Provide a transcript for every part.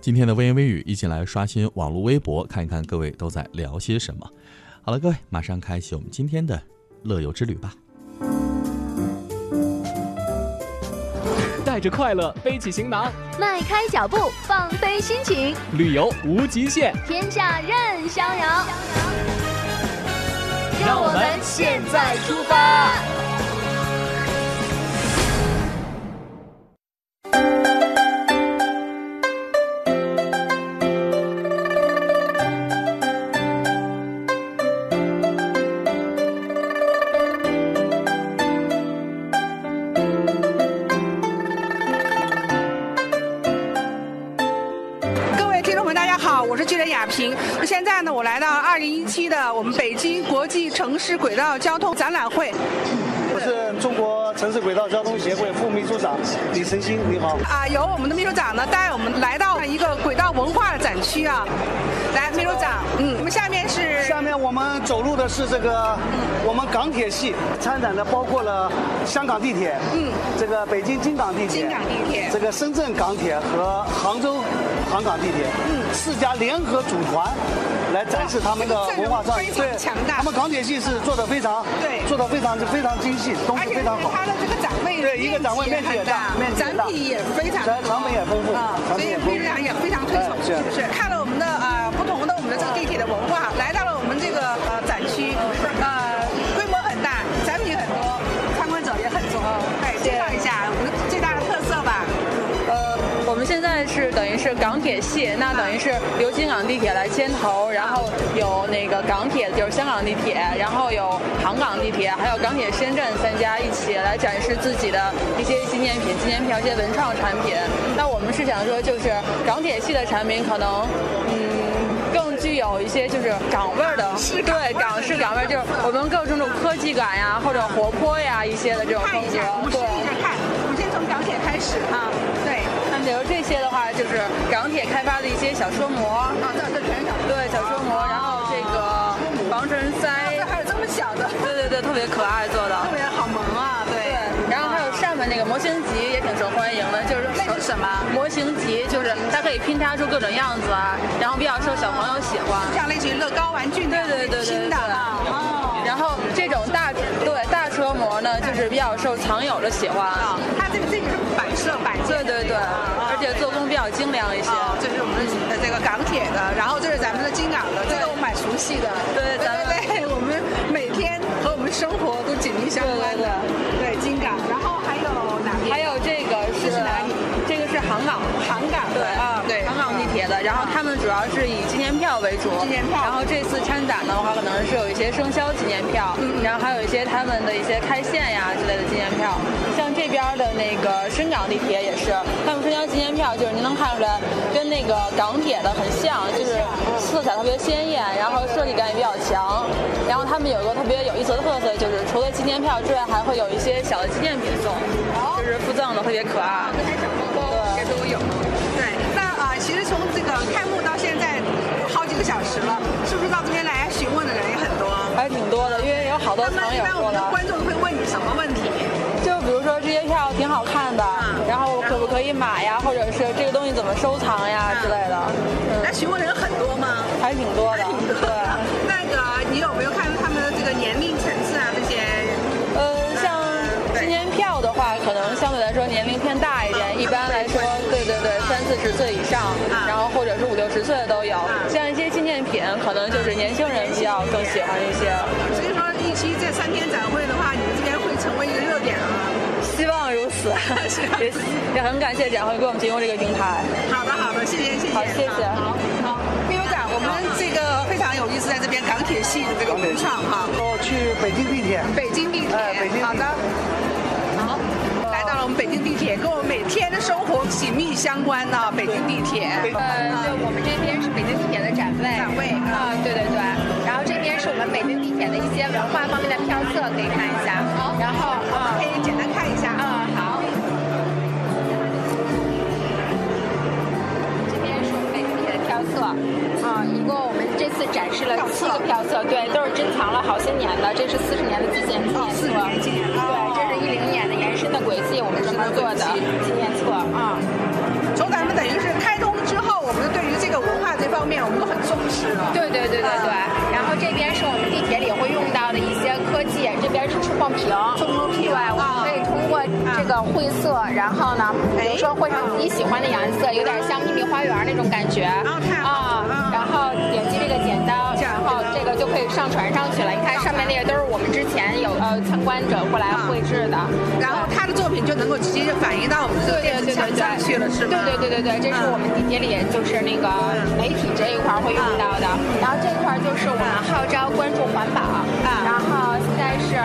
今天的微言微语，一起来刷新网络微博，看一看各位都在聊些什么。好了，各位，马上开启我们今天的乐游之旅吧。带着快乐背起行囊，迈开脚步，放飞心情，旅游无极限。天下任逍遥。让我们现在出发。各位听众朋友，大家好，我是记者雅萍。那现在呢，我来到二零一七的我们北京国际城市轨道交通展览会我是中国城市轨道交通协会副秘书长李晨星，你好。啊，由我们的秘书长呢带我们来到一个轨道文化的展区啊。来，秘书长，嗯，我们下面是下面我们走路的是这个我们港铁系参展的，包括了香港地铁，嗯嗯，这个北京京港地铁，京港地铁这个深圳港铁和杭州杭港地铁，嗯嗯，四家联合组团来展示他们的哇这个阵容文化创意，非常强大他们港铁系是做的非常，对做的非常非常精细，东而西且非是常好。它的这个展位对一个展位面积面积也很大面积也展大品也非常多展展品也丰富啊，展所品以也丰富秘书长也非常推崇哎，是是不是？看了我们的呃不同的我们的这个地铁的文化，来到了我们这个呃展区，呃规模很大，展品很多，参观者也很多。哎，介绍一下我们最大的特色吧。呃，我们现在是等于是港铁系，那啊等于是由京港地铁来牵头，然后有那个港铁，就是香港地铁，然后有杭港地铁，还有港铁深圳三家一起来展示自己的一些纪念品、纪念品、一些文创产品。那我们是想说，就是港铁系的产品可能，嗯。更具有一些就是港味儿的，对港式港味儿，就是我们更注重科技感呀，或者活泼呀一些的这种看一风格下，我，们对示。意着看，我们先从港铁开始啊。对，那比如这些的话，就是港铁开发的一些小车模，啊，这这全是小车对小车模，然后这个防尘这塞，还有这么小的，对对对，特别可爱做的特。别好萌啊，对，然后还有上面那个模型集也挺受欢迎的，就是那是什么模型集就是它可以拼插出各种样子啊，然后比较受小朋友喜欢。像类似于乐高玩具那样对对对对新的啊。哦然后这种大对大车模呢，就是比较受藏友的喜欢。啊，它这个这个是摆设摆件对对对，而且做工比较精良一些。啊，这是我们的这个港铁的，然后这是咱们的京港的，这个我蛮熟悉的。对咱们对对，我们每天和我们生活都紧密相关的。对京港，然后还有哪边？还有这个是这是哪里这个是杭港，杭港的对啊对啊杭港地铁的。然后他们主要是以纪念票为主，纪念票然后这次参展的话，可能是有一些生肖纪念票，嗯然后还有一些他们的一些开线呀之类的纪念票。像这边的那个深港地铁也是，他们生肖纪念票就是您能看出来跟那个港铁的很像，就是色彩特别鲜艳，然后设计感也比较强。然后他们有一个特别有意思的特色，就是除了纪念票之外，还会有一些小的纪念品送，哦就是附赠的，特别可爱。对。都有。对，那啊、其实从这个开幕到现在好几个小时了，是不是到这边来询问的人也很多？还挺多的，因为有好多那么藏一友般我过们的来，观众会问你什么问题？就比如说这些票挺好看的，啊然后可不可以买呀，或者是这个东西怎么收藏啊呀之类的，那询问的人很多吗？还挺多的。对，那个你有没有看到他们的这个年龄层次啊这些？呃，像纪念票的话，可能相对来说年龄偏大一啊点，一般来说，对对对，三四十岁以上，然后或者是五六十岁的都有。啊像一些纪念品，可能就是年轻人比较更喜欢一些。呃所以说，预期这三天展会的话，你们这边会成为一个热点啊。希望如 此，也也很感谢展会给我们提供这个平台。好的，好的，谢谢，谢谢，好谢谢好，好，秘书长，我们这个非常有意思，在这边港铁系的这个文创哈，我去北京地铁，北京地铁，哎北京地铁好的，好，来到了我们北京地铁，跟我们每天的生活紧密相关呢，北京地铁。北京呃，对，我们这边是北京地铁的展位，展位啊，对对对。然后这边是我们北京地铁的一些文化方面的票册，可以看一下。好，然后啊可以简单看一下啊啊，好。这边是我们北京地铁的票册，啊，一共我们这次展示了七个票册，对，都是珍藏了好些年的，这是四十年的纪念纪念册，哦四十年纪念对，这是一零年的延伸的轨迹，我们专门做的纪念册啊。从咱们等于是开通之后，我们啊啊然后呢，比如说会是自己喜欢的颜色，有点像秘密花园那种感觉哦太好啊了嗯。然后点击这个剪刀，这样然后这个就可以上传上去了。你看上面那个都是我们之前有呃参观者过来绘制的，啊然后他的作品就能够直接就反映到我们这个对电对对子墙对对上去了，是吗？嗯对对对对对，这是我们地铁里就是那个媒体这一块儿会用到的。然后这一块儿就是我们嗯号召关注环保，然后现在是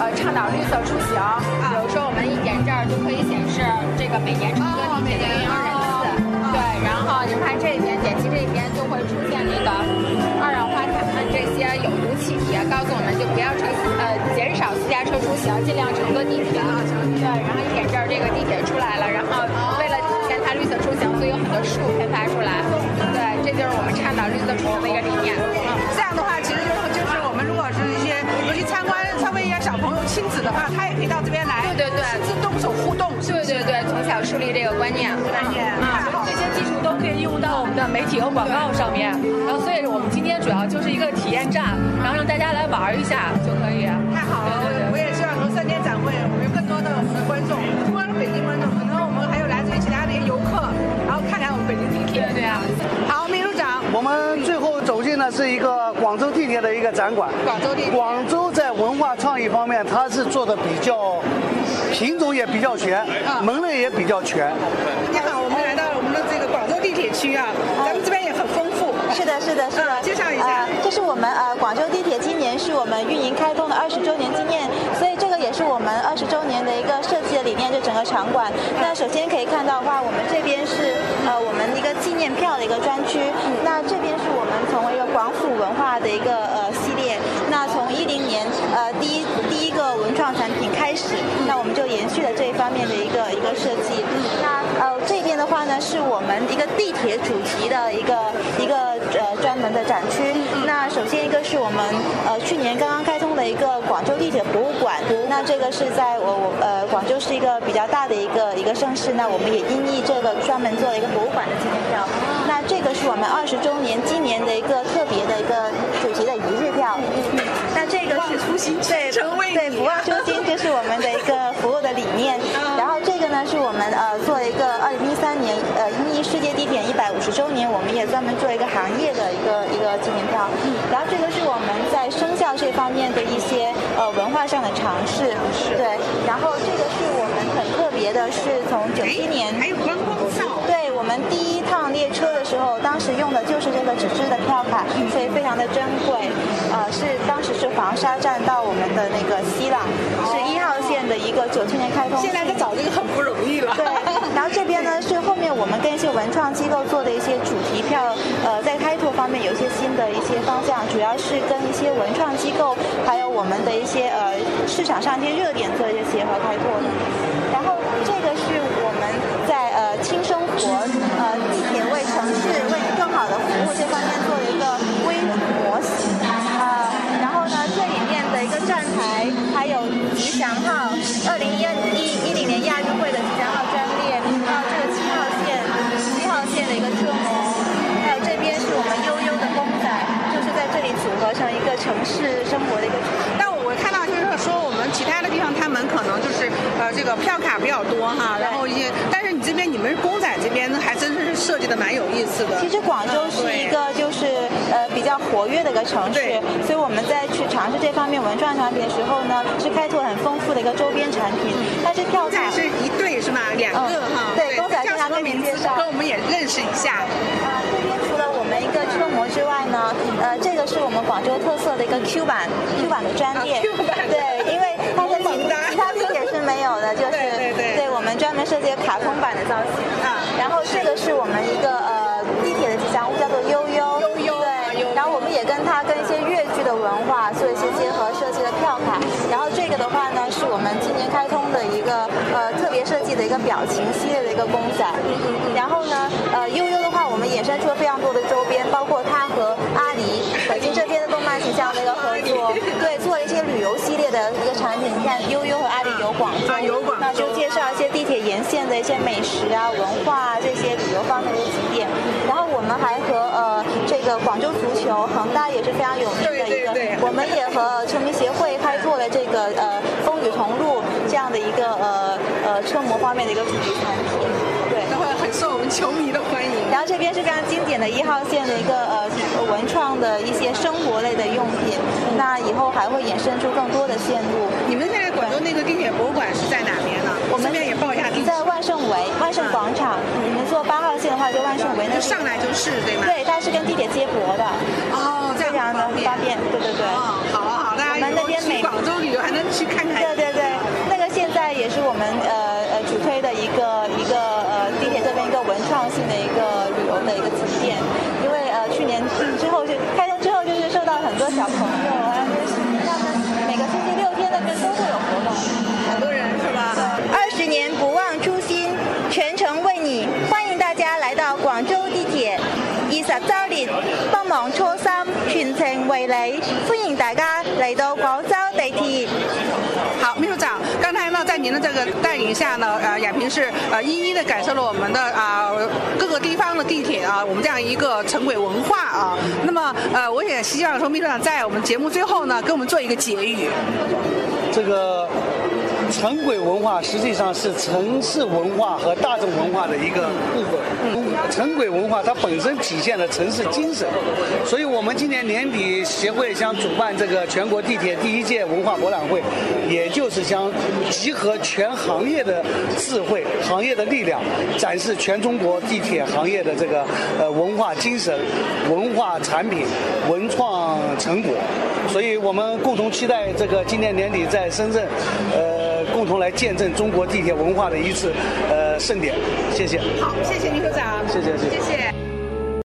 呃倡导绿色出行，嗯比如说我们一点这儿就可以显示这个每年乘坐哦地铁的运营人次，哦对，然后你看这边点击这边就会出现那个二氧化碳这些有毒气体，啊告诉我们就不要乘呃减少呃私家车出行，尽量乘坐地铁。对，然后一点啊这儿这个地铁出来了，然后为了体现它绿色出行，所以有很多树开发出来。对，这就是我们倡导绿色出行的一个理念。嗯这样的话，其实就是就是我们如果是一些，尤其参观稍微一些小朋友亲子的话，他也可以到这边来，对对对亲自动手互动，是不对是？对对，从小树立这个观念。哎嗯呀太好了啊这些技术都可以应用到我们的媒体和广告上面。然后，所以我们今天主要就是一个体验站，然后让大家来玩一下就可以。太好了！我对对对我也希望从三天展会，我们有更多的我们的观众，不光是北京观众，可能我们还有来自于其他的一些游客，然后看看我们北京地铁。对对啊，好，秘书长，我们最后走进的是一个广州地铁的一个展馆。广州地铁广州在文化创意方面，它是做的比较品种也比较全，门类也比较全。你好，我们来到了我们的这个广州地铁区啊，咱们这边也很丰富。是的，是的，是的。嗯介绍一下呃这是我们呃广州地铁今年是我们运营开通的二十周年纪念，所以这个也是我们二十周年的一个设计的理念，就整个场馆。那首先可以看到的话，我们这边是呃我们一个纪念票的一个专区，那这边是我们从一个广府文化的一个呃系列，那从一零年呃第一第一个文创产品开始，那我们就延续了这一方面的一个一个设计。那呃这边的话呢，是我们一个地铁主题的一个一个呃专门的展区。那首先一个是我们呃去年刚刚开通的一个广州地铁博物馆，那这个是在我我呃广州是一个比较大的一个一个盛事，那我们也因应这个专门做了一个博物馆的纪念票。那这个是我们二十周年今年的一个特别的一个主题的一日票。那这个是出行对诚为对你啊不忘初心，这是我们的一个服务的理念。嗯然后这个呢是我们呃做了一个二零一三年呃因世界地铁一百五十周年，我们也专门做一个行业的一个一个纪念票。嗯然后这个是我们在生肖这方面的一些呃文化上的尝试，对。然后这个是我们很特别的，是从九七年还有观光照。对我们第一趟列车的时候，当时用的就是这个纸质的票卡，所以非常的珍贵。呃，是当时是黄沙站到我们的那个西朗，是一号线的一个九七年开通。现在在找这个很不容易了。对，然后这边呢是后面我们跟一些文创机构做的一些主题票，呃，在开拓方面有一些新的一些方向，主要是跟一些文创机构，还有我们的一些呃市场上一些热点做一些结合开拓的。然后这个是我们在呃轻生活呃地铁为城市为更好的服务这方面做了一个微模型，呃，然后呢这里面的一个站台还有吉祥号，二零一一一零年亚运会的吉祥号专列，还有这个七号线七号线的一个车模，还有这边是我们悠悠的公仔，就是在这里组合成一个城市生活的一个主题。但我看到就是说，我们其他的地方他们可能就是呃这个票卡比较多哈，然后一些，但是你这边你们公仔这边还真是设计的蛮有意思的。其实广州是一个就是呃比较活跃的一个城市对，所以我们在去尝试这方面文创产品的时候呢，是开拓很丰富的一个周边产品。但是票公仔价是一对是吗？两个嗯哈。对公仔这叫经常什么跟你名字介绍？跟我们也认识一下。啊，这边除了我们一个车模之外呢，呃，这个是我们广州特色的一个 Q 版 Q 版的专列。啊 Q 版对，因为它在萌萌其哒其他地铁是没有的，就是对对对我们专门设计了卡通版的造型。嗯啊然后这个是我们一个呃地铁的吉祥物，叫做悠悠。悠悠啊对悠悠，然后我们也跟它跟一些粤剧的文化做一些结合，设计了票卡。然后这个的话呢，是我们今年开通的一个呃特别设计的一个表情系列的一个公仔。嗯然后呢，呃，悠悠的话，我们衍生出了非常多的周边，包括它和阿里北京这边的动漫形象的一个合作，对，做了一些旅游系列的一个产品。你看，悠悠和阿里有广州，啊有广州那就介绍一些地铁沿线的一些美食啊、文化啊这些旅游方面的一些景点。然后我们还和呃这个广州足球，恒大也是非常有名的一个，对对对我们也和球迷协会开拓了这个呃风雨同路这样的一个呃呃呃车模方面的一个主题产品。对，都会很受我们球迷的欢迎。然后这边是非常经典的一号线的一个呃文创的一些生活类的用品，那以后还会衍生出更多的线路。你们现在广州那个地铁博物馆是在哪边呢？我顺们便也报一下地址，嗯在万盛围万盛广场，你们坐八号线的话就万盛围那就边上来就是对吗？对，它是跟地铁接驳的，哦，这非常样的方便方。便。对对对。哦，好啊好啊，大我家以们那后边去每广州旅游还能去看看。对对对，那个现在也是我们呃呃主推的一个一个呃地铁这边一个文创性的一个旅游的一个景点，因为呃去年之后就开通之后就是受到很多小朋友啊，就是他们每个星期六天那边都会有活动。很多人是吧？二十年不忘初心，全程为你，欢迎大家来到广州地鐵。二十週年，不忘初心，全程為你，歡迎大家嚟到廣州地鐵。好，秘书长，刚才呢，在您的这个带领下呢，呃，亚平是呃一一的感受了我们的啊、各个地方的地铁啊，我们这样一个城轨文化啊。那么呃，我也希望说秘书长在我们节目最后呢，给我们做一个结语。这个城轨文化实际上是城市文化和大众文化的一个部分。城轨文化它本身体现了城市精神，所以我们今年年底协会将主办这个全国地铁第一届文化博览会，也就是将集合全行业的智慧、行业的力量，展示全中国地铁行业的这个呃文化精神、文化产品、文创成果。所以我们共同期待这个今年年底在深圳，呃，共同来见证中国地铁文化的一次呃盛典。谢谢，好，谢谢秘书长，谢谢，谢谢。谢谢。